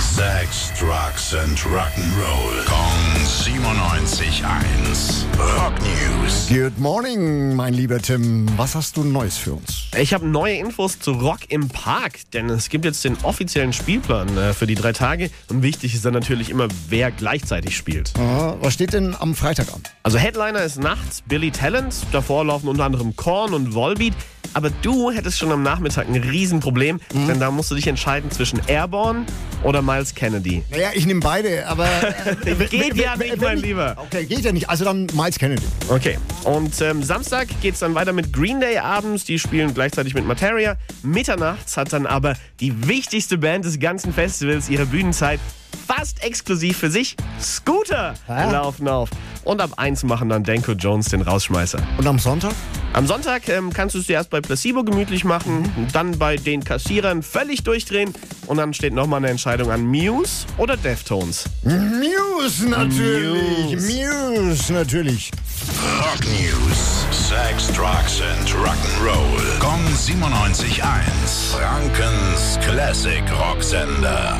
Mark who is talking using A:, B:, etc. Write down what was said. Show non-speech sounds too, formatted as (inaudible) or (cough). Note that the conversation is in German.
A: Sex, Drugs and Rock'n'Roll. Kong 97.1. Rock News.
B: Good morning, mein lieber Tim. Was hast du Neues für uns?
C: Ich habe neue Infos zu Rock im Park, denn es gibt jetzt den offiziellen Spielplan äh, für die drei Tage. Und wichtig ist dann natürlich immer, wer gleichzeitig spielt.
B: Ah, Was steht denn am Freitag an?
C: Also Headliner ist nachts Billy Talent, davor laufen unter anderem Korn und Volbeat. Aber du hättest schon am Nachmittag ein Riesenproblem, denn da musst du dich entscheiden zwischen Airborne oder Miles Kennedy.
B: Naja, ich nehme beide, aber. (laughs) äh,
C: Geht
B: wenn-
C: ja
B: wenn- wenn
C: nicht, mein
B: ich-
C: Lieber.
B: Okay, geht ja nicht. Also dann Miles Kennedy.
C: Okay, und ähm, Samstag geht's dann weiter mit Green Day abends. Die spielen gleichzeitig mit Materia. Mitternachts hat dann aber die wichtigste Band des ganzen Festivals ihre Bühnenzeit fast exklusiv für sich. Scooter
B: Hä?
C: laufen auf. Und ab 1 machen dann Danko Jones den Rausschmeißer.
B: Und am Sonntag?
C: Am Sonntag ähm, kannst du es dir erst bei Placebo gemütlich machen, dann bei den Kassierern völlig durchdrehen und dann steht nochmal eine Entscheidung an Muse oder Deftones.
B: Muse natürlich. Muse, natürlich.
A: Rock News. Sex, Drugs and Rock'n'Roll. Kong 97.1. Frankens Classic Rocksender.